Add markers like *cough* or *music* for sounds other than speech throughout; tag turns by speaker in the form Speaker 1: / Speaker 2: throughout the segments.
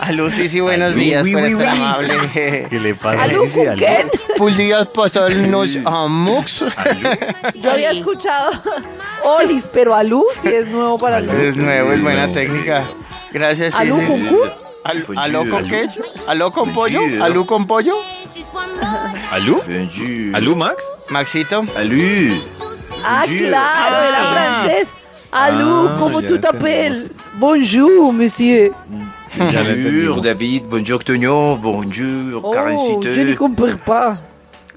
Speaker 1: ¿Alú? sí, sí, buenos días,
Speaker 2: uy,
Speaker 1: por
Speaker 2: uy,
Speaker 1: estar
Speaker 2: uy.
Speaker 1: amable. pues,
Speaker 2: ¿Qué le pasa?
Speaker 3: ¿Aló,
Speaker 2: Dice,
Speaker 3: con quién?
Speaker 1: ¿Podrías pasarnos a
Speaker 4: *laughs*
Speaker 1: Mux?
Speaker 3: Yo había
Speaker 5: Oli.
Speaker 3: escuchado Olis, pero Alú sí es nuevo para mí.
Speaker 1: *laughs* Es nuevo, es buena técnica. Gracias, sí,
Speaker 3: ¿Alú
Speaker 1: sí.
Speaker 3: con Q?
Speaker 1: Al- ¿Aló con qué? ¿Aló con pollo?
Speaker 2: Fungido.
Speaker 1: ¿Alú con pollo?
Speaker 2: ¿Alú? ¿Alú, Max?
Speaker 1: Maxito.
Speaker 2: ¿Alú?
Speaker 3: Ah,
Speaker 2: Yeah.
Speaker 3: claro, era
Speaker 2: Ah.
Speaker 3: francés. Alú,
Speaker 2: Ah,
Speaker 3: ¿cómo
Speaker 2: ya
Speaker 3: tú t'appelles? Bonjour, monsieur.
Speaker 2: Ya lo
Speaker 4: Bonjour
Speaker 2: entendimos.
Speaker 4: David, bonjour Tonio, bonjour
Speaker 3: Oh,
Speaker 4: Karen Sitter,
Speaker 3: je ne comprends pas.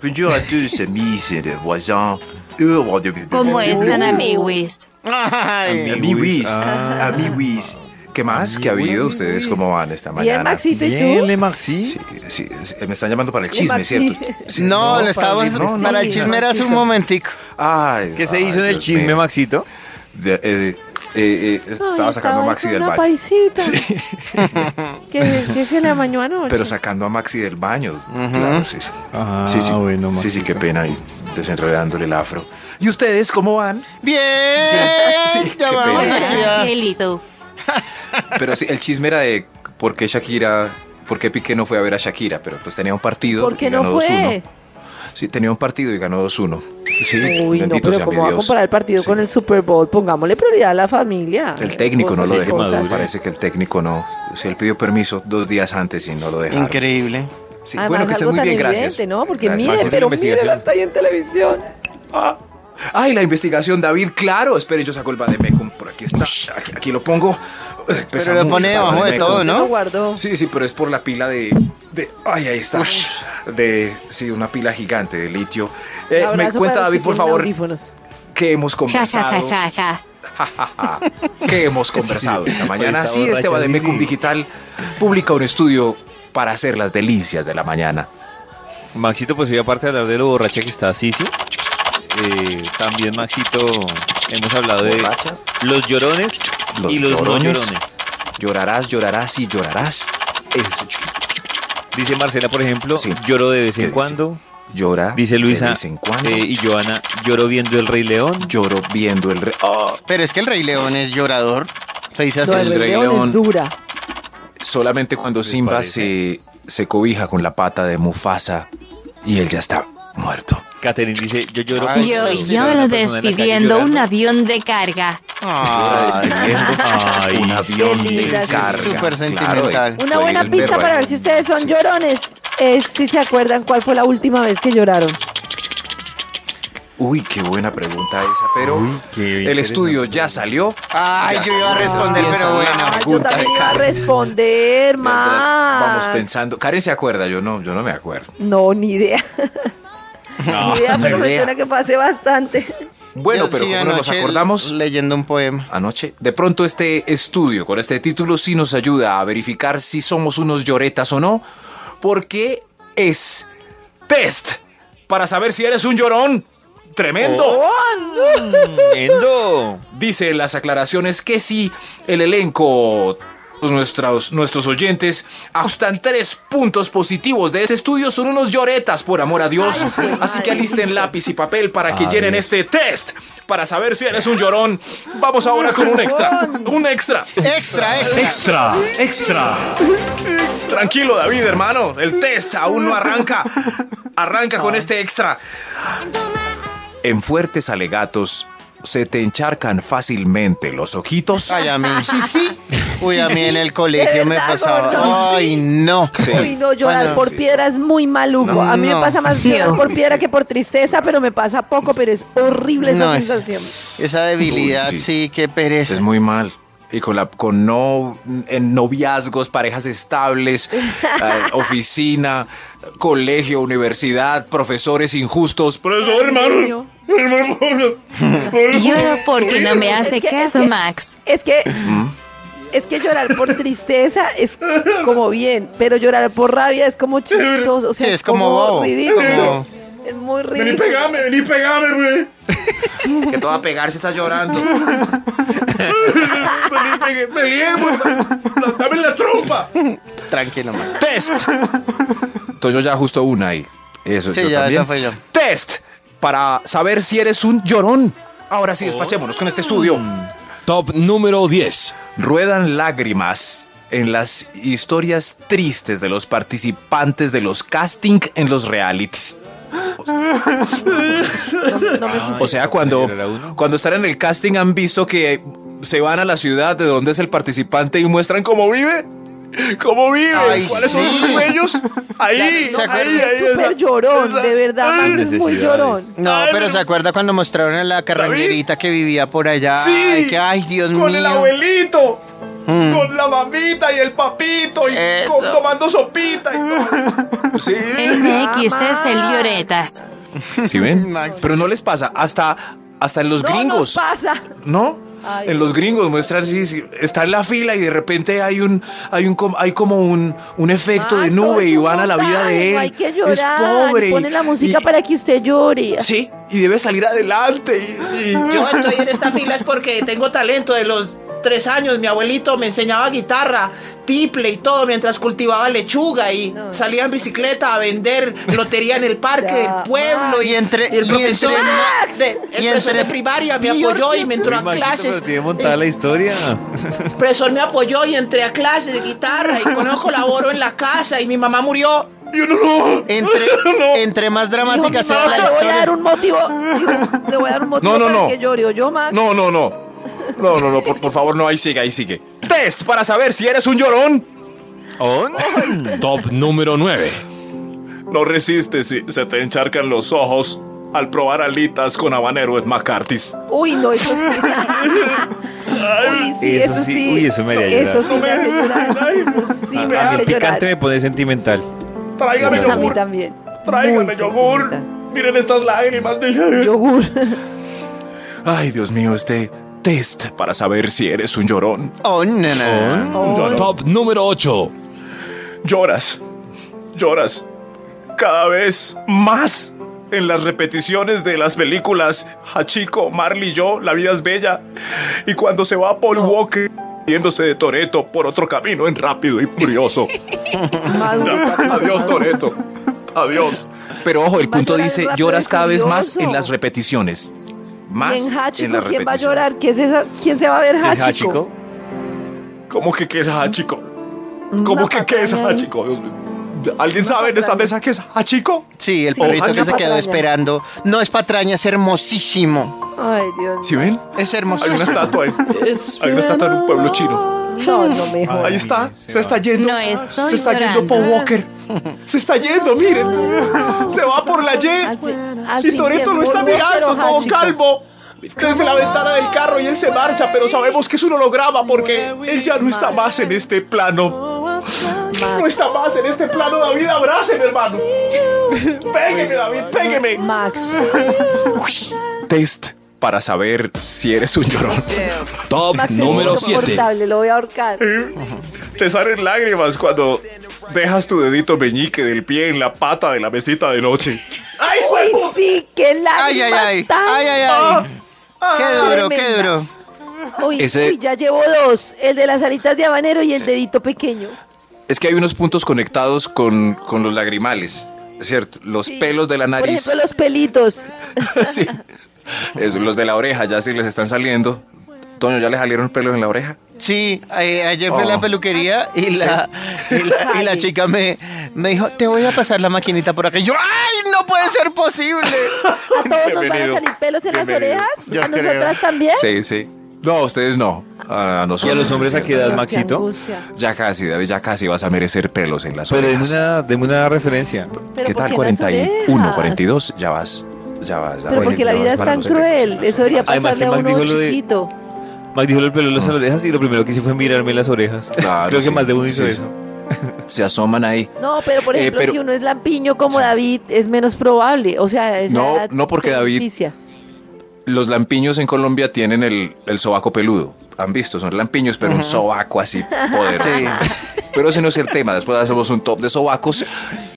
Speaker 4: bonjour à tous amis et les voisins, heureux de
Speaker 5: ¿cómo están
Speaker 3: Aló.
Speaker 5: amigos?
Speaker 1: Ay,
Speaker 4: Ami Wiz,
Speaker 2: Ah.
Speaker 4: Ami Wiz. ¿Qué más? ¿Qué ha habido? ¿Ustedes cómo van esta
Speaker 3: Bien,
Speaker 4: mañana?
Speaker 3: Maxito, ¿y
Speaker 2: Bien,
Speaker 3: tú?
Speaker 2: le Maxi.
Speaker 4: Sí, sí, sí, me están llamando para el
Speaker 3: Bien,
Speaker 4: chisme,
Speaker 3: Eh, Maxi. *laughs*
Speaker 4: ¿cierto? Sí,
Speaker 1: No, le
Speaker 4: para
Speaker 1: estábamos
Speaker 4: el- no, no.
Speaker 1: para el chisme era hace un momentico.
Speaker 4: Ay,
Speaker 2: ¿Qué se
Speaker 4: ay,
Speaker 2: hizo en el
Speaker 4: Dios
Speaker 2: chisme,
Speaker 4: mío.
Speaker 2: Maxito?
Speaker 4: De- eh, eh, eh,
Speaker 3: Ay,
Speaker 4: estaba sacando a Maxi
Speaker 3: con
Speaker 4: del
Speaker 3: una
Speaker 4: baño.
Speaker 3: paisita. *laughs* que, que se le amañó anoche.
Speaker 4: Pero sacando a Maxi del baño. Claro, sí, sí.
Speaker 2: Ah,
Speaker 4: sí, sí.
Speaker 2: bueno,
Speaker 4: sí, sí, qué
Speaker 2: Maxito.
Speaker 4: pena. y Desenredándole el afro. ¿Y ustedes cómo van?
Speaker 1: Bien,
Speaker 4: Sí,
Speaker 1: ya
Speaker 4: qué
Speaker 1: vamos
Speaker 4: pena.
Speaker 1: aquí
Speaker 5: Hola,
Speaker 1: a-
Speaker 5: Angelito.
Speaker 4: Pero sí, el chisme era de por qué Shakira, por qué Piqué no fue a ver a Shakira, pero pues tenía un partido
Speaker 3: ¿Por
Speaker 4: y
Speaker 3: qué no
Speaker 4: ganó 2-1.
Speaker 3: fue?
Speaker 4: Sí, tenía un partido y ganó 2-1. Sí,
Speaker 3: Uy, no,
Speaker 4: bendito
Speaker 3: pero
Speaker 4: sea mi
Speaker 3: ¿cómo va a
Speaker 4: Dios.
Speaker 3: comparar el partido
Speaker 4: Sí.
Speaker 3: con el Super Bowl? Pongámosle prioridad a la familia.
Speaker 4: El técnico no
Speaker 3: Cosas ¿eh?
Speaker 4: lo
Speaker 3: y
Speaker 4: dejó.
Speaker 3: cosas.
Speaker 4: Parece que el técnico no. Sí, él pidió permiso dos días antes y no lo dejaron.
Speaker 1: Increíble.
Speaker 4: Sí,
Speaker 3: Además,
Speaker 4: bueno, que
Speaker 3: es
Speaker 4: estés
Speaker 3: algo
Speaker 4: muy
Speaker 3: tan
Speaker 4: bien,
Speaker 3: evidente,
Speaker 4: gracias.
Speaker 3: ¿no? Porque
Speaker 4: Gracias.
Speaker 3: mire,
Speaker 2: Maxito,
Speaker 3: pero
Speaker 2: investigación.
Speaker 3: mírela, está ahí en televisión.
Speaker 4: Ah, Ay, la investigación, David, claro. Espere, yo saco el Bademecum. Por aquí está. Aquí, aquí lo pongo. Ay, pesa
Speaker 1: Pero lo
Speaker 4: mucho
Speaker 1: pone
Speaker 4: este
Speaker 1: debajo de
Speaker 4: Bademecum.
Speaker 1: todo,
Speaker 3: Lo
Speaker 1: ¿no?
Speaker 3: guardó.
Speaker 4: Sí, sí, pero es por la pila de. de- ay, ahí está. De. Sí, una pila gigante de litio. Eh,
Speaker 3: Abrazo
Speaker 4: me
Speaker 3: para
Speaker 4: cuenta,
Speaker 3: los
Speaker 4: David,
Speaker 3: que
Speaker 4: por
Speaker 3: tienen
Speaker 4: favor,
Speaker 3: audífonos.
Speaker 4: que hemos
Speaker 5: Ja, ja, ja,
Speaker 4: conversado.
Speaker 5: ja, ja.
Speaker 1: *laughs*
Speaker 4: que hemos conversado esta mañana.
Speaker 2: Está
Speaker 4: Sí, este
Speaker 2: borracho,
Speaker 4: Bademecum
Speaker 2: sí.
Speaker 4: Digital publica un estudio para hacer las delicias de la mañana.
Speaker 2: Maxito, pues hoy aparte de hablar de lo borracha que está Sisi, eh, también Maxito, hemos hablado de
Speaker 4: ¿Borracha?
Speaker 2: los llorones
Speaker 4: Los
Speaker 2: y los no
Speaker 4: llorones.
Speaker 2: llorones.
Speaker 4: Llorarás, llorarás y llorarás. Es-
Speaker 2: Dice Marcela, por ejemplo,
Speaker 4: Sí.
Speaker 2: lloro de vez
Speaker 4: ¿Qué
Speaker 2: en
Speaker 4: dice?
Speaker 2: cuando.
Speaker 4: llora.
Speaker 2: Dice
Speaker 4: de
Speaker 2: Luisa
Speaker 4: vez en cuando.
Speaker 2: eh, y Joana, lloro viendo el Rey León.
Speaker 4: lloro viendo el. Re Ah,
Speaker 1: Pero es que el Rey León es llorador. Se dice así.
Speaker 3: No, el Rey
Speaker 4: el Rey
Speaker 3: León
Speaker 4: León.
Speaker 3: es dura.
Speaker 4: solamente cuando Simba se, se cobija con la pata de Mufasa y él ya está muerto.
Speaker 2: Catherine dice, yo lloro.
Speaker 1: Ay,
Speaker 2: por
Speaker 5: Yo
Speaker 1: sí, sí,
Speaker 5: lloro
Speaker 2: una persona en la calle
Speaker 5: despidiendo un
Speaker 2: llorando.
Speaker 5: avión de carga.
Speaker 1: Ah,
Speaker 2: Ay,
Speaker 4: un avión
Speaker 3: qué
Speaker 4: de
Speaker 3: linda, sí,
Speaker 4: carga.
Speaker 1: súper
Speaker 4: Claro,
Speaker 1: sentimental.
Speaker 4: el-
Speaker 3: Una
Speaker 4: el
Speaker 3: buena
Speaker 4: perro
Speaker 3: pista
Speaker 4: ahí.
Speaker 3: para ver si ustedes son
Speaker 4: Sí.
Speaker 3: llorones es si se acuerdan cuál fue la última vez que lloraron.
Speaker 4: Uy, qué buena pregunta esa, pero
Speaker 2: Uy, qué
Speaker 4: el estudio ya salió.
Speaker 1: Ay,
Speaker 4: Ya
Speaker 1: yo iba a
Speaker 4: salió.
Speaker 1: responder,
Speaker 4: Piensa
Speaker 1: pero
Speaker 4: en la
Speaker 1: bueno.
Speaker 3: Ah, yo
Speaker 4: pregunta de
Speaker 3: también iba a
Speaker 4: Karen.
Speaker 3: responder, más.
Speaker 4: Vamos pensando. Karen se acuerda, yo no, yo no
Speaker 3: *laughs*
Speaker 4: me acuerdo.
Speaker 3: No, ni idea. ni idea, pero
Speaker 4: Ah, ni
Speaker 3: me
Speaker 4: idea.
Speaker 3: suena que pasé bastante.
Speaker 4: Bueno,
Speaker 1: Yo
Speaker 4: pero
Speaker 1: sí,
Speaker 4: como no nos
Speaker 1: anoche
Speaker 4: acordamos,
Speaker 1: Leyendo un poema.
Speaker 4: anoche. De pronto este estudio con este título sí nos ayuda a verificar si somos unos lloretas o no, porque es test para saber si eres un llorón. Tremendo.
Speaker 3: Oh.
Speaker 2: Tremendo.
Speaker 4: Dice en las aclaraciones que sí, el elenco, todos nuestros, nuestros oyentes, ajustan tres puntos positivos de este estudio. Son unos lloretas, por amor a Dios.
Speaker 3: Ay, sí,
Speaker 4: Así que
Speaker 3: madre.
Speaker 4: alisten lápiz y papel para que llenen este test. Para saber si eres un llorón, vamos ahora con un extra. Un extra.
Speaker 1: Extra, extra.
Speaker 2: Extra, extra.
Speaker 4: Tranquilo, David, hermano. El test aún no arranca. Arranca con este extra. En fuertes alegatos se te encharcan fácilmente los ojitos.
Speaker 1: Ay, a mí. Ah, Sí, sí. Uy, a mí en el colegio
Speaker 3: De
Speaker 1: me
Speaker 3: verdad,
Speaker 1: pasaba.
Speaker 3: gordo.
Speaker 1: Ay, no.
Speaker 4: Sí.
Speaker 3: Uy, no, llorar
Speaker 1: Bueno,
Speaker 3: por
Speaker 4: sí.
Speaker 3: piedra es muy maluco.
Speaker 1: No,
Speaker 3: a mí
Speaker 1: no.
Speaker 3: me pasa más llorar por piedra que por tristeza, pero me pasa poco, pero es horrible esa
Speaker 1: No, es-
Speaker 3: sensación.
Speaker 1: Esa debilidad,
Speaker 4: Uy, sí.
Speaker 1: sí, qué pereza.
Speaker 4: Es muy mal. Y con, la, con no, en noviazgos, parejas estables, eh, oficina, colegio, universidad, profesores injustos. Profesor, hermano.
Speaker 3: Niño.
Speaker 5: Lloro porque no me
Speaker 2: *laughs*
Speaker 5: hace
Speaker 3: Es que- es
Speaker 5: caso,
Speaker 3: que-
Speaker 5: Max.
Speaker 3: Es que. Es que llorar por tristeza es como bien, pero llorar por rabia es como chistoso, o sea,
Speaker 1: Sí, es como bobo,
Speaker 3: ridículo.
Speaker 1: como-
Speaker 3: Es muy muy
Speaker 6: Vení,
Speaker 3: rico.
Speaker 6: pegame, vení, pegame, güey.
Speaker 7: Que todo va a pegar si está llorando.
Speaker 6: Vení, pegue- peleemos. da- Dame la trompa.
Speaker 1: *laughs* Tranquilo, man.
Speaker 4: Test. Entonces yo ya justo una ahí. Eso,
Speaker 1: Sí,
Speaker 4: yo
Speaker 1: ya,
Speaker 4: también.
Speaker 1: esa fue yo.
Speaker 4: Test para saber si eres un llorón. Ahora sí, despachémonos con este estudio.
Speaker 8: Top número 10.
Speaker 4: Ruedan lágrimas en las historias tristes de los participantes de los casting en los realities. Ah,
Speaker 3: No me
Speaker 4: O sea, cuando, cuando están en el casting han visto que se van a la ciudad de donde es el participante y muestran cómo vive. ¿Cómo vive?
Speaker 1: Ay,
Speaker 4: ¿Cuáles son
Speaker 1: sí.
Speaker 4: sus sueños? Ahí,
Speaker 1: ¿se
Speaker 4: ahí,
Speaker 1: acuerdan?
Speaker 4: ahí,
Speaker 3: Es súper
Speaker 4: esa-
Speaker 3: llorón,
Speaker 4: esa-
Speaker 3: de verdad,
Speaker 4: Ay,
Speaker 3: Max es muy
Speaker 2: necesidades.
Speaker 3: llorón.
Speaker 1: No,
Speaker 4: Ay,
Speaker 1: pero
Speaker 4: no.
Speaker 1: ¿se acuerda cuando mostraron a la carranguerita que vivía por allá?
Speaker 4: Sí,
Speaker 1: Ay, que, ay, Dios
Speaker 6: Con el
Speaker 1: mío.
Speaker 6: abuelito.
Speaker 1: Mm.
Speaker 6: Con la mamita y el papito. Y con-
Speaker 1: Eso.
Speaker 6: tomando sopita. Y todo.
Speaker 1: *laughs*
Speaker 5: NXS el Lloretas.
Speaker 4: ¿Sí ven?
Speaker 1: Max.
Speaker 4: Pero no les pasa. Hasta, hasta en los
Speaker 3: No nos
Speaker 4: gringos.
Speaker 3: pasa.
Speaker 4: ¿No?
Speaker 3: Ay,
Speaker 4: en los gringos muestran si está en la fila y de repente hay un hay un com- hay como un, un efecto
Speaker 3: Max,
Speaker 4: de
Speaker 3: todo Ah,
Speaker 4: nube
Speaker 3: es
Speaker 4: y
Speaker 3: un
Speaker 4: van a la vida de
Speaker 3: montaje,
Speaker 4: él.
Speaker 3: no hay que llorar.
Speaker 4: es pobre.
Speaker 3: y Pone la
Speaker 4: y-
Speaker 3: música
Speaker 4: y-
Speaker 3: para que usted llore.
Speaker 4: Sí, y debe salir adelante. y- y-
Speaker 7: Yo estoy en esta fila es porque tengo talento. De los tres años, mi abuelito me enseñaba guitarra, tiple y todo mientras cultivaba lechuga y salía en bicicleta a vender lotería en el parque
Speaker 3: *laughs* Ya,
Speaker 7: del pueblo. Y,
Speaker 1: Y entre-
Speaker 7: y el
Speaker 1: y
Speaker 7: profesor,
Speaker 1: entre-
Speaker 7: de, de- el
Speaker 1: y
Speaker 7: profesor
Speaker 1: entre-
Speaker 7: de primaria me apoyó y me entró a clases.
Speaker 2: tiene montada la historia.
Speaker 7: El profesor me apoyó y entré a clases de guitarra y con eso colaboro en la casa y mi mamá murió.
Speaker 1: Entre, *laughs* entre más
Speaker 3: Dijo mi
Speaker 1: dramática sea
Speaker 3: mamá,
Speaker 1: la
Speaker 3: le voy a dar
Speaker 1: historia.
Speaker 3: un
Speaker 4: *laughs*
Speaker 3: motivo. dijo, le voy a dar un motivo
Speaker 4: no,
Speaker 3: para
Speaker 4: no.
Speaker 3: que llore. Yo, Max.
Speaker 4: No, no, no. No, no, no, por, por favor, no, ahí sigue, ahí sigue. Test para saber si eres un llorón.
Speaker 8: Oh,
Speaker 3: *laughs*
Speaker 8: Top número 9.
Speaker 6: No resistes si se te encharcan los ojos al probar alitas con habanero en McCarthy's.
Speaker 3: Uy, no, eso sí. Uy, sí, eso,
Speaker 2: Eso sí,
Speaker 3: sí.
Speaker 2: uy, eso me haría
Speaker 3: Eso
Speaker 2: llorar.
Speaker 3: sí me hace llorar. Eso sí me
Speaker 2: A mí
Speaker 3: hace llorar.
Speaker 2: el Ah, picante me pone sentimental.
Speaker 6: Tráigame
Speaker 3: A mí
Speaker 6: yogur.
Speaker 3: también. Muy
Speaker 6: Tráigame yogur.
Speaker 3: sentimental.
Speaker 6: Miren estas lágrimas de
Speaker 3: Yogur. *laughs*
Speaker 4: Ay, Dios mío, este test para saber si eres un llorón.
Speaker 1: Oh, no, no.
Speaker 8: Top número 8.
Speaker 6: Lloras, lloras. Cada vez más en las repeticiones de las películas Hachiko, Marley y yo, La vida es bella. Y cuando se va Paul Walker yéndose de Toreto por otro camino en rápido y
Speaker 3: *laughs*
Speaker 6: furioso.
Speaker 3: Maduro, papito,
Speaker 6: Adiós,
Speaker 3: maduro.
Speaker 6: Toreto. Adiós.
Speaker 4: Pero ojo, el
Speaker 3: Va a
Speaker 4: punto
Speaker 3: llorar
Speaker 4: dice,
Speaker 3: rápido
Speaker 4: lloras
Speaker 3: y
Speaker 4: cada vez más
Speaker 3: furioso.
Speaker 4: en las repeticiones. Más
Speaker 3: ¿Y en Hachiko
Speaker 4: las
Speaker 3: quién va a
Speaker 4: repeticiones.
Speaker 3: llorar? ¿Qué es esa? ¿Quién se va a ver Hachiko?
Speaker 2: Hachiko?
Speaker 6: ¿Cómo que qué es Hachiko? ¿Cómo
Speaker 3: Una
Speaker 6: que qué es
Speaker 3: patraña ahí.
Speaker 6: Hachiko? Dios mío. ¿Alguien sabe en esta
Speaker 3: patraña.
Speaker 6: mesa qué es Ah, Hachiko?
Speaker 1: Sí, el
Speaker 3: Sí,
Speaker 1: perrito
Speaker 3: una
Speaker 1: que se quedó
Speaker 3: patraña.
Speaker 1: esperando. No es patraña, es hermosísimo.
Speaker 3: Ay, Dios
Speaker 4: ¿Sí ven?
Speaker 1: Es
Speaker 6: Hay una
Speaker 1: hermosísimo.
Speaker 6: estatua
Speaker 3: *laughs*
Speaker 6: ahí. Hay una estatua en un pueblo chino.
Speaker 3: No, no me
Speaker 4: Ah,
Speaker 3: jodas.
Speaker 6: Ahí está. Se está yendo.
Speaker 5: No estoy
Speaker 6: Se está yendo
Speaker 5: llorando.
Speaker 6: Paul Walker. Se está yendo, miren. Se va por la
Speaker 3: Al
Speaker 6: Y.
Speaker 3: fin- al
Speaker 6: Y
Speaker 3: fin,
Speaker 6: Toreto
Speaker 3: ¿quién?
Speaker 6: lo está
Speaker 3: ¿Paul Walker
Speaker 6: mirando
Speaker 3: o
Speaker 6: todo
Speaker 3: Hachiko?
Speaker 6: calvo. Desde la ventana del carro y él se marcha, pero sabemos que es un holograma porque él ya no está más en este plano. No está más en este plano, David. Abracen, hermano. Pégueme, David, pégueme.
Speaker 3: Max,
Speaker 4: Test para saber si eres un llorón.
Speaker 8: Top
Speaker 3: Max es
Speaker 8: número 7.
Speaker 3: insoportable, lo voy a ahorcar.
Speaker 6: Te salen lágrimas cuando dejas tu dedito meñique del pie en la pata de la mesita de noche. ¡Ay,
Speaker 3: Uy, sí, qué
Speaker 1: Ay, ay,
Speaker 3: lágrima
Speaker 1: ay.
Speaker 3: tan-
Speaker 1: Ay, ay, ay. Qué duro, qué
Speaker 3: tremenda.
Speaker 1: duro.
Speaker 3: Uy,
Speaker 4: Ese-
Speaker 3: uy, ya llevo dos, el de las alitas de habanero y el dedito pequeño.
Speaker 4: Es que hay unos puntos conectados con, con los lagrimales, ¿cierto? Los pelos de la
Speaker 3: Por
Speaker 4: nariz.
Speaker 3: ejemplo, los pelitos.
Speaker 4: *laughs* Sí. Es, los de la oreja ya sí les están saliendo. Toño, ¿ya le salieron pelos en la oreja?
Speaker 1: Sí, eh, ayer fue a
Speaker 4: Oh.
Speaker 1: la peluquería y la, y la, y la chica me, me dijo, te voy a pasar la maquinita por acá. Y yo, ¡ay, no puede ser posible!
Speaker 3: A todos nos van a
Speaker 6: Bienvenido.
Speaker 3: salir pelos en las
Speaker 6: Bienvenido.
Speaker 3: orejas.
Speaker 1: Yo
Speaker 3: a nosotras
Speaker 1: creo.
Speaker 3: también.
Speaker 4: Sí, sí. No, a ustedes no. A
Speaker 2: ¿Y
Speaker 4: nosotros.
Speaker 2: a los hombres a qué edad, Maxito?
Speaker 3: angustia.
Speaker 4: Ya casi, David, ya casi vas a merecer pelos en las
Speaker 2: Pero deme
Speaker 4: orejas.
Speaker 2: una, deme una referencia.
Speaker 3: Pero
Speaker 4: ¿Qué
Speaker 3: ¿por
Speaker 4: tal?
Speaker 3: qué las
Speaker 4: 41,
Speaker 3: orejas?
Speaker 4: 42, ya vas. Ya vas.
Speaker 3: Pero porque la vida es tan cruel. Eso debería
Speaker 2: Además que
Speaker 3: pasarle a
Speaker 2: Max
Speaker 3: uno
Speaker 2: dijo lo de-
Speaker 3: chiquito.
Speaker 2: Max dijo el pelo en las orejas y lo primero que hice fue mirarme las orejas.
Speaker 4: Ah. Claro,
Speaker 2: Creo que
Speaker 4: sí,
Speaker 2: más de uno hizo
Speaker 4: sí,
Speaker 2: eso.
Speaker 4: Se asoman ahí.
Speaker 3: No, pero por
Speaker 4: Eh,
Speaker 3: ejemplo,
Speaker 4: pero-
Speaker 3: si uno es lampiño como David, es menos probable. O sea, esa
Speaker 4: No,
Speaker 3: edad
Speaker 4: no, porque
Speaker 3: se
Speaker 4: David-
Speaker 3: beneficia.
Speaker 4: Los lampiños en Colombia tienen el, el sobaco peludo. han visto, son lampiños, pero un sobaco
Speaker 3: *laughs*
Speaker 4: así poderoso. Pero ese no es el tema, después hacemos un top de sobacos.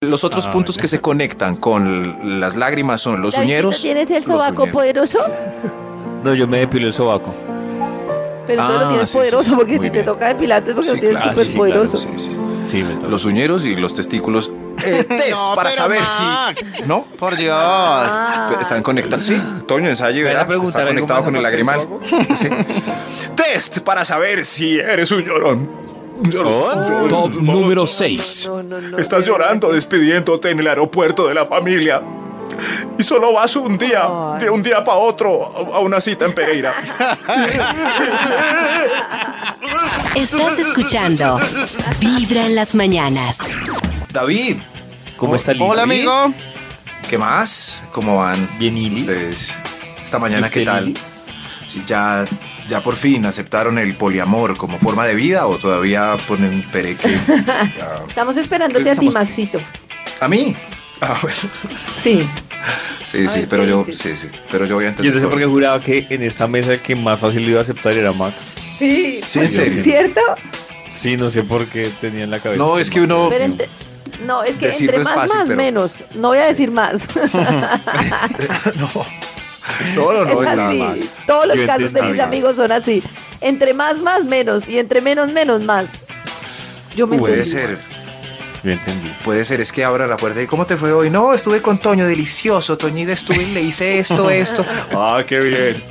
Speaker 4: Los otros
Speaker 2: Ah,
Speaker 4: puntos que se conectan con las lágrimas son los
Speaker 3: Davidito,
Speaker 4: uñeros.
Speaker 3: ¿Tienes el
Speaker 4: los
Speaker 3: sobaco
Speaker 4: uñeros.
Speaker 3: poderoso?
Speaker 2: No, yo me depilé el sobaco.
Speaker 3: Pero no
Speaker 4: Ah,
Speaker 3: lo tienes
Speaker 4: sí, sí,
Speaker 3: poderoso
Speaker 4: sí,
Speaker 3: porque
Speaker 4: muy
Speaker 3: si te
Speaker 4: bien.
Speaker 3: toca depilarte es porque
Speaker 4: Sí,
Speaker 3: lo tienes
Speaker 4: claro,
Speaker 3: súper
Speaker 4: sí,
Speaker 3: poderoso.
Speaker 4: claro, sí, sí.
Speaker 2: Sí, me tocó.
Speaker 4: Los uñeros y los testículos.
Speaker 2: *laughs*
Speaker 4: Eh, test
Speaker 1: No,
Speaker 4: para
Speaker 1: pero
Speaker 4: saber
Speaker 1: Max.
Speaker 4: si. ¿No?
Speaker 1: Por Dios.
Speaker 3: Ah.
Speaker 4: Están conectados. Sí, Toño, ensayo y
Speaker 2: ¿Me van a
Speaker 4: verá.
Speaker 2: preguntar
Speaker 4: Está
Speaker 2: algo
Speaker 4: conectado
Speaker 2: más
Speaker 4: con el
Speaker 2: aparte del
Speaker 4: lagrimal. *laughs* Sí. Test para saber si eres un llorón.
Speaker 2: Oh,
Speaker 4: Llorón.
Speaker 8: Top número 6.
Speaker 3: No, no, no,
Speaker 6: Estás
Speaker 3: de verdad
Speaker 6: llorando
Speaker 3: que-
Speaker 6: despidiéndote en el aeropuerto de la familia. Y solo vas un día,
Speaker 3: Ay.
Speaker 6: de un día para otro, a a una cita en Pereira.
Speaker 9: Estás escuchando Vibra en las mañanas.
Speaker 4: *laughs* David,
Speaker 2: ¿Cómo está Lili?
Speaker 1: Hola, amigo.
Speaker 4: ¿qué más? ¿Cómo van?
Speaker 2: Bien, Lili.
Speaker 4: ustedes? Esta mañana,
Speaker 2: ¿Y usted,
Speaker 4: ¿qué tal?
Speaker 2: Lili?
Speaker 4: Si ya, ya por fin aceptaron el poliamor como forma de vida o todavía ponen
Speaker 3: *laughs*
Speaker 4: pereque. Ya.
Speaker 3: Estamos esperándote a ti,
Speaker 4: Estamos-
Speaker 3: Maxito.
Speaker 4: ¿A mí? Ah, bueno.
Speaker 3: Sí.
Speaker 4: Sí, sí,
Speaker 3: Ay,
Speaker 4: pero
Speaker 3: ¿qué
Speaker 4: yo,
Speaker 3: dices?
Speaker 4: sí, sí, pero yo voy a entender.
Speaker 2: Yo no sé
Speaker 4: todo.
Speaker 2: por qué juraba que en esta mesa el que más fácil lo iba a aceptar era Max.
Speaker 3: Sí.
Speaker 4: Sí, en serio.
Speaker 3: Pues, ¿Cierto?
Speaker 2: Sí, no sé por qué tenía en la cabeza.
Speaker 4: No, es que uno.
Speaker 3: Pero ente- no, es que entre
Speaker 4: Decirlo es
Speaker 3: más,
Speaker 4: fácil,
Speaker 3: más,
Speaker 4: pero-
Speaker 3: menos. No voy a decir
Speaker 4: *laughs*
Speaker 3: más.
Speaker 4: No, no, no,
Speaker 3: es
Speaker 4: es nada
Speaker 3: así.
Speaker 4: más.
Speaker 3: Todos los
Speaker 2: Yo
Speaker 3: casos de
Speaker 2: entendí.
Speaker 3: mis amigos son así. Entre más, más, menos. Y entre menos, menos, más. Yo me
Speaker 4: Puede
Speaker 3: entendí.
Speaker 4: ser,
Speaker 2: Yo entendí.
Speaker 4: puede ser, es que abra la puerta y ¿cómo te fue hoy? No, estuve con Toño, delicioso, Toñito estuve, y le hice esto, esto.
Speaker 6: Ah, qué bien.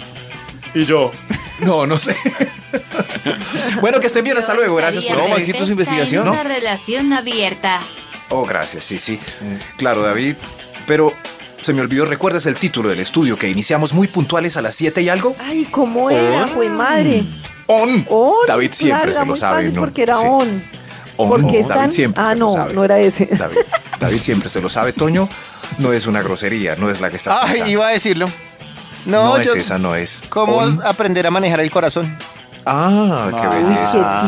Speaker 6: Y yo,
Speaker 4: No, no sé. *laughs* bueno, que estén bien, hasta luego, gracias por
Speaker 2: No,
Speaker 4: todo.
Speaker 2: Maxito, su investigación,
Speaker 4: ¿no?
Speaker 5: Una relación abierta.
Speaker 4: Oh, gracias, sí, sí. Claro, David, pero se me olvidó, ¿recuerdas el título del estudio que iniciamos muy puntuales a las 7 y algo?
Speaker 3: Ay, ¿cómo era? Fue madre.
Speaker 4: On.
Speaker 3: On.
Speaker 4: Oh. David siempre
Speaker 3: claro,
Speaker 4: se
Speaker 3: era
Speaker 4: lo
Speaker 3: muy
Speaker 4: sabe,
Speaker 3: fácil
Speaker 4: ¿no?
Speaker 3: Porque era
Speaker 4: Sí.
Speaker 3: on.
Speaker 4: On,
Speaker 3: Porque
Speaker 4: David
Speaker 3: están.
Speaker 4: siempre
Speaker 3: ah,
Speaker 4: se lo
Speaker 3: no,
Speaker 4: sabe.
Speaker 3: no era ese.
Speaker 4: David, David siempre se lo sabe, Toño. No es una grosería, no es la que estás
Speaker 1: Ay,
Speaker 4: pensando.
Speaker 1: iba a decirlo. No,
Speaker 4: No,
Speaker 1: yo-
Speaker 4: es esa, no es.
Speaker 1: ¿Cómo
Speaker 4: On.
Speaker 1: aprender a manejar el corazón?
Speaker 4: Ah, qué
Speaker 1: Ay,
Speaker 4: belleza.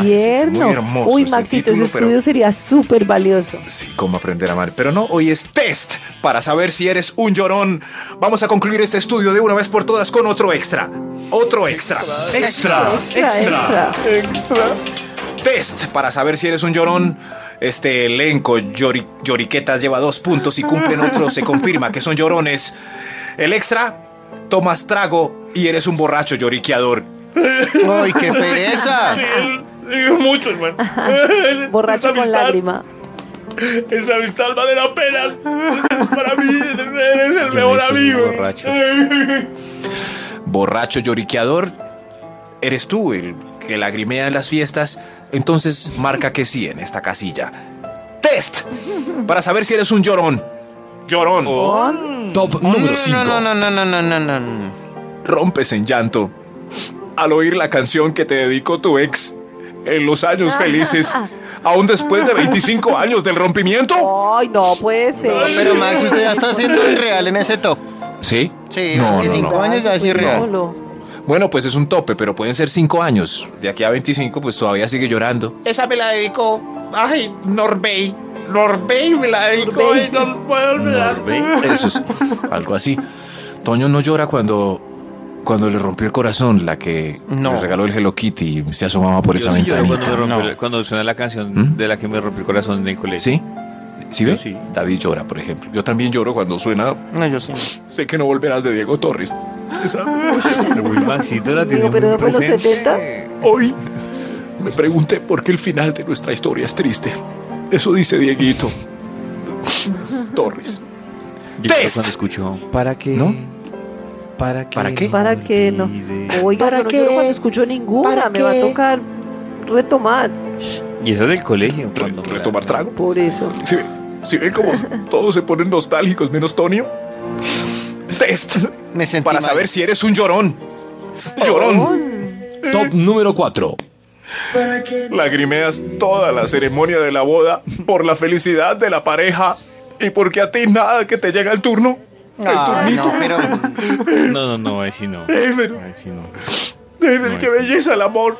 Speaker 3: Qué
Speaker 4: Sí, sí, sí,
Speaker 3: tierno.
Speaker 4: muy hermoso.
Speaker 3: Uy,
Speaker 4: ese
Speaker 3: Maxito,
Speaker 4: título,
Speaker 3: ese
Speaker 4: pero-
Speaker 3: estudio sería súper valioso.
Speaker 4: Sí, cómo aprender a amar. Pero no, hoy es test para saber si eres un llorón. Vamos a concluir este estudio de una vez por todas con otro extra. Otro extra. Extra.
Speaker 3: Extra, extra.
Speaker 4: Test para saber si eres un llorón. Este elenco llori- lloriquetas lleva dos puntos y cumplen otro. Se confirma que son llorones. El extra, tomas trago y eres un borracho lloriqueador.
Speaker 1: ¡Ay, qué pereza!
Speaker 6: mucho, hermano. Esa
Speaker 3: Borracho con
Speaker 6: amistad-
Speaker 3: lágrima.
Speaker 6: Esa amistad vale la pena. Para mí, eres el mejor
Speaker 2: soy
Speaker 6: amigo.
Speaker 2: borracho.
Speaker 4: borracho lloriqueador, eres tú el que lagrimea en las fiestas, entonces marca que sí en esta casilla. Test para saber si eres un llorón. Llorón.
Speaker 8: Top número 5.
Speaker 1: No, no, no, no, no, no, no, no.
Speaker 4: Rompes en llanto
Speaker 6: Al oír la canción que te dedicó tu ex en los años felices, aún después de 25 años del rompimiento.
Speaker 3: Ay, no puede ser.
Speaker 1: Pero Max, usted ya está siendo irreal en ese top.
Speaker 4: ¿Sí?
Speaker 1: Sí,
Speaker 4: no, no,
Speaker 1: 25
Speaker 4: no.
Speaker 1: años ya es
Speaker 7: Pues
Speaker 1: irreal.
Speaker 3: Manolo.
Speaker 4: Bueno, pues es un tope, pero pueden ser 5 años. De aquí a 25, pues todavía sigue llorando.
Speaker 7: *laughs* Esa me la dedicó. Ay, Norbey. Norbey me la dedicó.
Speaker 3: Norbey.
Speaker 7: ay, no lo puedo olvidar.
Speaker 4: Eso es algo así. Toño no llora cuando, cuando le rompió el corazón, la que
Speaker 1: No.
Speaker 4: le regaló el Hello Kitty y se asomaba por
Speaker 2: Yo
Speaker 4: esa
Speaker 2: sí lloro
Speaker 4: ventanita.
Speaker 2: cuando, me rompió
Speaker 1: No.
Speaker 2: el- cuando suena la canción
Speaker 4: ¿Mm?
Speaker 2: de la que me rompió el corazón en el colegio.
Speaker 4: ¿Sí? ¿Sí ve?
Speaker 2: Yo sí.
Speaker 4: David llora, por ejemplo. Yo también lloro cuando suena
Speaker 1: No, yo sí. no.
Speaker 4: Sé que no volverás de Diego Torres.
Speaker 2: Uy, Maxito la tiene
Speaker 3: Digo, pero
Speaker 2: muy
Speaker 3: por los
Speaker 2: presente.
Speaker 3: 70.
Speaker 6: Hoy me pregunté por qué el final de nuestra historia es triste. Eso dice Dieguito. Torres.
Speaker 2: Yo lloro
Speaker 4: Test.
Speaker 2: cuando escucho. ¿Para qué?
Speaker 4: ¿No?
Speaker 2: ¿Para qué?
Speaker 4: ¿Para qué?
Speaker 3: ¿Para qué no?
Speaker 2: Olvide.
Speaker 3: Oiga,
Speaker 7: ¿Para
Speaker 3: yo no
Speaker 7: qué?
Speaker 3: lloro cuando escucho ninguna.
Speaker 7: ¿Para
Speaker 3: Me va a
Speaker 7: qué?
Speaker 3: tocar retomar.
Speaker 2: Y esa es del colegio.
Speaker 6: Re-
Speaker 2: cuando me la-
Speaker 6: retomar trago.
Speaker 3: Por eso.
Speaker 6: Si ven, si ven cómo todos se ponen nostálgicos, menos Tonio. Test
Speaker 1: Me sentí
Speaker 4: Para
Speaker 1: mal.
Speaker 4: saber si eres un llorón. Llorón.
Speaker 8: Top número 4.
Speaker 6: Lagrimeas toda la ceremonia de la boda por la felicidad de la pareja y porque a ti nada que te llega el turno.
Speaker 1: Ah, no, pero
Speaker 2: No, no, no, ahí sí no.
Speaker 6: Ay, pero-
Speaker 2: Ahí sí no.
Speaker 6: Ay,
Speaker 2: No,
Speaker 6: pero ¡Qué
Speaker 2: es-
Speaker 6: belleza el amor!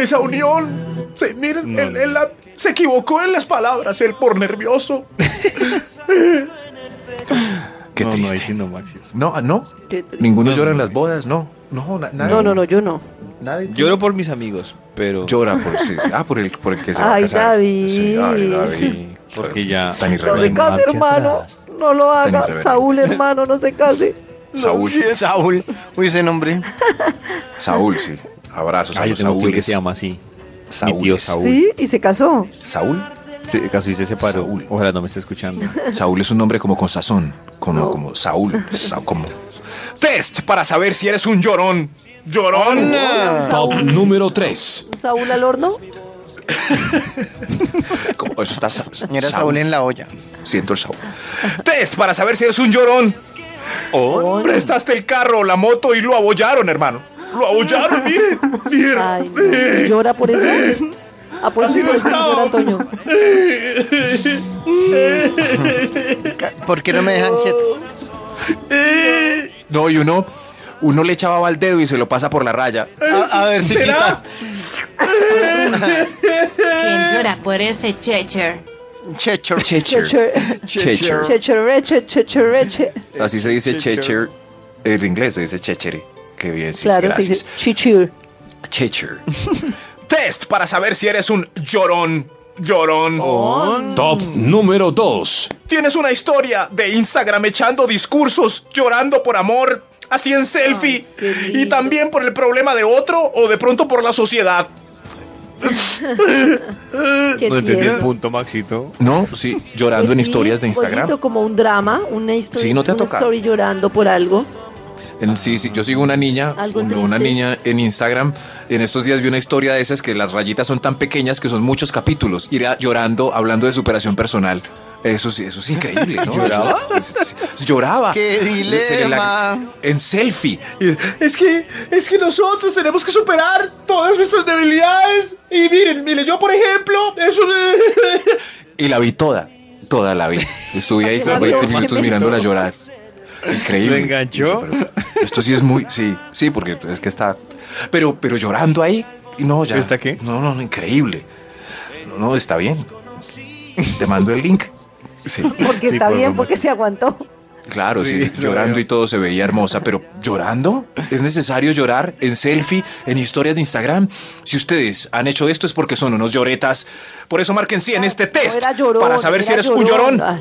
Speaker 6: Esa unión. Se, miren,
Speaker 2: No,
Speaker 6: él-
Speaker 2: no.
Speaker 6: él la- se equivocó en las palabras, él por nervioso.
Speaker 4: ¿Qué qué
Speaker 2: no, no, ahí
Speaker 4: triste.
Speaker 2: sí no, Maxito.
Speaker 4: No, ah, no.
Speaker 3: Qué triste.
Speaker 4: Ninguno llora en las bodas, no. No, na- nadie.
Speaker 3: No, no, no, yo no.
Speaker 4: Nadie
Speaker 2: Lloro por mis amigos, pero.
Speaker 4: llora por, sí, sí. Ah, por el, por el que se va a
Speaker 3: Ay,
Speaker 4: casar.
Speaker 3: David.
Speaker 4: Sí, ay, David.
Speaker 2: Sí, porque ya.
Speaker 4: Tan
Speaker 3: No se
Speaker 4: irreverente.
Speaker 3: case, hermano. No lo haga.
Speaker 4: irreverente.
Speaker 3: Saúl, hermano, no se case.
Speaker 4: Saúl.
Speaker 1: Saúl. Uy, ese nombre.
Speaker 4: Saúl, sí. Abrazos a
Speaker 2: Ay, Ah, yo
Speaker 4: los
Speaker 2: tengo un tío que
Speaker 4: Saúles.
Speaker 2: se llama así.
Speaker 4: Saúl.
Speaker 2: Mi tío Saúl.
Speaker 3: Sí, y se casó.
Speaker 4: Saúl. *laughs*
Speaker 2: Se casó y se separó.
Speaker 4: Saúl.
Speaker 2: Ojalá no me esté escuchando.
Speaker 4: Saúl es un nombre como con sazón, como, como Saúl, Sa- como... Test para saber si eres un llorón.
Speaker 6: Llorón.
Speaker 3: Un
Speaker 8: Top
Speaker 3: Saúl,
Speaker 8: número 3.
Speaker 3: un Saúl al horno.
Speaker 4: Como- eso está *laughs* Sa-
Speaker 1: Era Saúl en la olla.
Speaker 4: Siento el Saúl. Test para saber si eres un llorón.
Speaker 6: Prestaste el carro, la moto y lo abollaron, hermano. Lo
Speaker 4: *laughs*
Speaker 6: abollaron, miren. Miren.
Speaker 3: Ay, no. ¿Llora por eso? Ah, pues Apuesto que por eso no llora, Toño.
Speaker 1: Ca- ¿Por qué no me dejan quieto?
Speaker 4: No, y uno, uno le echaba al dedo y se lo pasa por la raya.
Speaker 1: A, a ver si quita.
Speaker 5: ¿Quién llora por ese Checher?
Speaker 1: Checho.
Speaker 4: Checher.
Speaker 3: Checher,
Speaker 4: Checher.
Speaker 3: chechereche, chechereche.
Speaker 4: Así se dice Checher. En inglés se dice Chechere. Qué bien, sí,
Speaker 3: Claro, se
Speaker 4: gracias.
Speaker 3: dice chichir.
Speaker 4: Checher.
Speaker 6: *laughs* Test para saber si eres un llorón. Llorón.
Speaker 4: Oh.
Speaker 8: Top número 2.
Speaker 6: Tienes una historia de Instagram echando discursos, llorando por amor, así en selfie.
Speaker 3: qué lindo.
Speaker 6: y también por el problema de otro o de pronto por la sociedad.
Speaker 3: Qué
Speaker 2: No entendí el
Speaker 3: tierno.
Speaker 2: punto, Maxito.
Speaker 4: No, sí, llorando en
Speaker 3: Pues Sí,
Speaker 4: historias de Instagram.
Speaker 3: bonito, como un drama, una historia,
Speaker 4: Sí, no te ha
Speaker 3: una
Speaker 4: tocado.
Speaker 3: story llorando por algo.
Speaker 4: En- Sí, sí, yo sigo una niña,
Speaker 3: Algo
Speaker 4: una,
Speaker 3: triste.
Speaker 4: una niña en Instagram. En estos días vi una historia de esas que las rayitas son tan pequeñas que son muchos capítulos. Irá llorando, hablando de superación personal. Eso sí, eso es increíble,
Speaker 6: *laughs*
Speaker 4: ¿no? ¿Lloraba? Lloraba.
Speaker 1: ¡Qué
Speaker 4: Se le la-
Speaker 1: dilema!
Speaker 4: En selfie.
Speaker 6: Es que, es que nosotros tenemos que superar todas nuestras debilidades. Y miren, miren, yo por ejemplo, es un...
Speaker 4: *laughs* Y la vi toda. Toda la vi. Estuve
Speaker 3: *laughs*
Speaker 4: ahí
Speaker 3: Qué
Speaker 4: como 20
Speaker 3: barrio, qué
Speaker 4: minutos
Speaker 3: bonito. *laughs*
Speaker 4: mirándola llorar. Increíble.
Speaker 2: ¿Lo enganchó?
Speaker 4: Esto sí es muy. Sí, sí, porque es que está. Pero, pero llorando ahí. No, ya.
Speaker 2: ¿Está qué?
Speaker 4: No, no, no, increíble. No, no, está bien. Te mando el link. Sí.
Speaker 3: Porque está
Speaker 2: por
Speaker 3: bien,
Speaker 2: favor.
Speaker 3: porque se aguantó.
Speaker 4: Claro, sí,
Speaker 2: Sí,
Speaker 4: sí,
Speaker 2: lo
Speaker 4: llorando
Speaker 2: veo.
Speaker 4: y todo se veía hermosa, pero ¿llorando? ¿Es necesario llorar en selfie, en historias de Instagram? Si ustedes han hecho esto es porque son unos lloretas. Por eso marquen sí en este
Speaker 3: No
Speaker 4: test
Speaker 3: era llorón,
Speaker 4: para saber si
Speaker 3: era
Speaker 4: eres un llorón.
Speaker 3: Ay,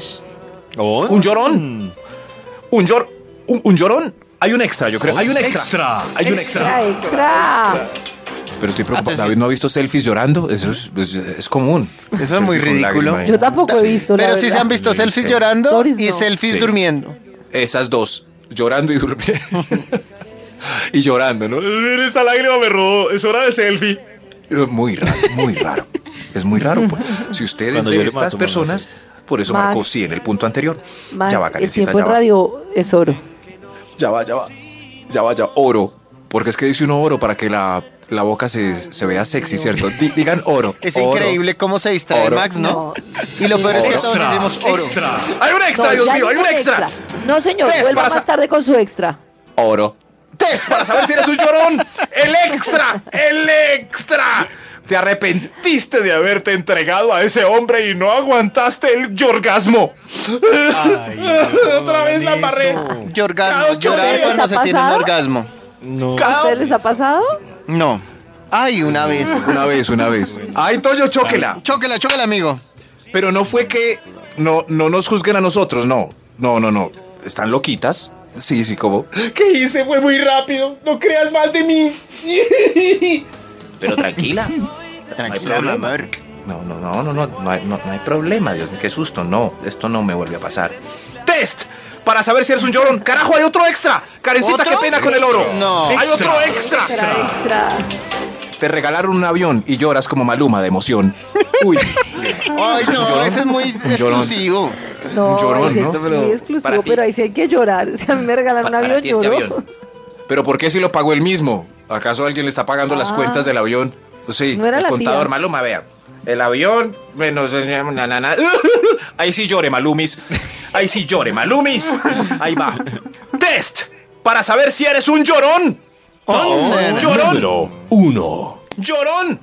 Speaker 2: ¿Oh?
Speaker 4: ¿Un llorón? ¿Un, llor, un, un llorón? Hay un extra, yo creo. Hay un extra. Hay un extra.
Speaker 3: Extra, extra.
Speaker 4: Pero estoy preocupado. David no ha visto selfies llorando. Eso es, es- es común.
Speaker 1: Eso es muy
Speaker 4: Selfie con
Speaker 1: ridículo.
Speaker 4: lágrima y-
Speaker 3: Yo tampoco he visto, la
Speaker 1: Pero sí se
Speaker 3: verdad.
Speaker 1: han visto selfies llorando
Speaker 3: Stories
Speaker 1: y
Speaker 3: no.
Speaker 1: selfies
Speaker 4: Sí.
Speaker 1: durmiendo.
Speaker 4: Esas dos. Llorando y durmiendo. *laughs* y llorando, ¿no?
Speaker 6: Esa lágrima me rodó, es hora de selfie.
Speaker 4: Muy raro, muy raro. Es muy raro. pues. Si ustedes
Speaker 2: Cuando
Speaker 4: de
Speaker 2: yo le
Speaker 4: estas
Speaker 2: mato,
Speaker 4: personas, por eso
Speaker 3: Max.
Speaker 4: marcó sí en el punto anterior.
Speaker 3: Max,
Speaker 4: ya va,
Speaker 3: el
Speaker 4: Karencita,
Speaker 3: tiempo
Speaker 4: ya
Speaker 3: en
Speaker 4: va.
Speaker 3: radio es oro.
Speaker 4: Ya va, ya va. Ya va, ya. Oro. Porque es que dice uno oro para que la, la boca se, se vea sexy, ¿cierto? Di- digan oro.
Speaker 1: Es
Speaker 4: oro.
Speaker 1: increíble cómo se distrae
Speaker 4: Oro.
Speaker 1: Max, ¿no?
Speaker 3: No.
Speaker 1: Y lo peor es que todos decimos oro.
Speaker 6: Hay un extra,
Speaker 3: No,
Speaker 6: Dios
Speaker 3: ya
Speaker 6: mío, hay un
Speaker 3: ningún
Speaker 6: extra.
Speaker 3: No, señor,
Speaker 4: Tres
Speaker 3: vuelva
Speaker 4: para sa-
Speaker 3: más tarde con su extra.
Speaker 4: Oro.
Speaker 6: Test para saber si eres un llorón. El extra, el extra.
Speaker 4: Te arrepentí.
Speaker 6: Diste de haberte entregado a ese hombre y no aguantaste el yorgasmo. Otra vez la embarré.
Speaker 1: Yo orgasmo,
Speaker 6: Claro, ¿qué
Speaker 1: llorar
Speaker 6: les
Speaker 1: cuando
Speaker 3: ha
Speaker 1: se tiene un
Speaker 3: pasado?
Speaker 1: orgasmo.
Speaker 3: ¿A ustedes les ha pasado?
Speaker 1: No. Ay, una vez.
Speaker 4: Una vez, una vez. Ay, Toño, chóquela.
Speaker 1: Chóquela, chóquela, amigo.
Speaker 4: Pero no fue que no, no nos juzguen a nosotros, no. No, no, no. Están loquitas. Sí, sí, como.
Speaker 6: ¿Qué hice? Fue muy rápido. No creas mal de mí.
Speaker 4: Pero tranquila.
Speaker 1: Tranquila, mi amor.
Speaker 4: No, no, no, no, no, no hay, no, no hay problema, Dios mío, qué susto, no, esto no me vuelve a pasar.
Speaker 6: Test para saber si eres un llorón. Carajo, hay otro extra. Karencita,
Speaker 1: ¿Otro?
Speaker 6: qué pena con el oro.
Speaker 1: No.
Speaker 6: Hay otro extra.
Speaker 3: Extra, extra.
Speaker 4: Te regalaron un avión y lloras como Maluma de emoción. Uy,
Speaker 1: Ay, no,
Speaker 4: llorón?
Speaker 1: ese es muy
Speaker 4: Un llorón.
Speaker 1: exclusivo.
Speaker 3: No,
Speaker 4: llorón,
Speaker 3: ese es
Speaker 4: ¿no?
Speaker 3: muy
Speaker 4: Pero para
Speaker 3: exclusivo,
Speaker 4: ti.
Speaker 3: pero ahí sí hay que llorar. *laughs* Si a mí me regalan un avión, lloro.
Speaker 4: este Pero ¿por qué si lo pagó él mismo? ¿Acaso alguien le está pagando las cuentas del avión? Pues Sí,
Speaker 3: Ah. No era
Speaker 4: el
Speaker 3: la
Speaker 4: contador
Speaker 3: tía.
Speaker 4: Maluma, vea. El avión, menos... na, na, *laughs* na. Ahí sí llore, Malumis. Ahí sí llore, Malumis. Ahí va.
Speaker 6: Test para saber si eres un llorón. Llorón.
Speaker 8: Número 1.
Speaker 6: Llorón.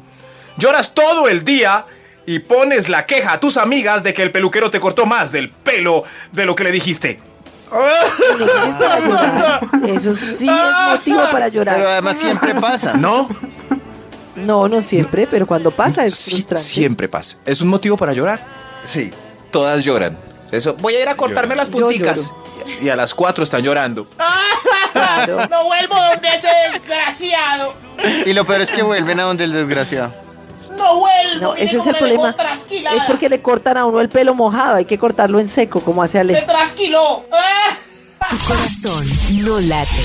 Speaker 6: Lloras todo el día y pones la queja a tus amigas de que el peluquero te cortó más del pelo de lo que le dijiste.
Speaker 3: Eso es para llorar. *laughs* Eso sí es motivo para
Speaker 1: Pero
Speaker 3: llorar.
Speaker 1: además siempre pasa.
Speaker 4: No,
Speaker 3: No, no siempre, pero cuando pasa es
Speaker 4: sí,
Speaker 3: frustrante.
Speaker 4: siempre pasa. Es un motivo para llorar. Sí, todas lloran. Eso.
Speaker 7: Voy a ir a cortarme las
Speaker 3: Yo
Speaker 7: punticas.
Speaker 4: Y a las cuatro están llorando.
Speaker 3: Claro.
Speaker 7: No vuelvo donde ese desgraciado.
Speaker 1: Y lo peor es que vuelven a donde el desgraciado.
Speaker 7: No vuelvo.
Speaker 3: No,
Speaker 7: Mire
Speaker 3: ese es el
Speaker 7: cómo me
Speaker 3: problema.
Speaker 7: dejó trasquilada.
Speaker 3: Es porque le cortan a uno el pelo mojado. Hay que cortarlo en seco, como hace
Speaker 7: me
Speaker 3: Ale.
Speaker 7: trasquiló. ¡Ah!
Speaker 9: Tu corazón no late.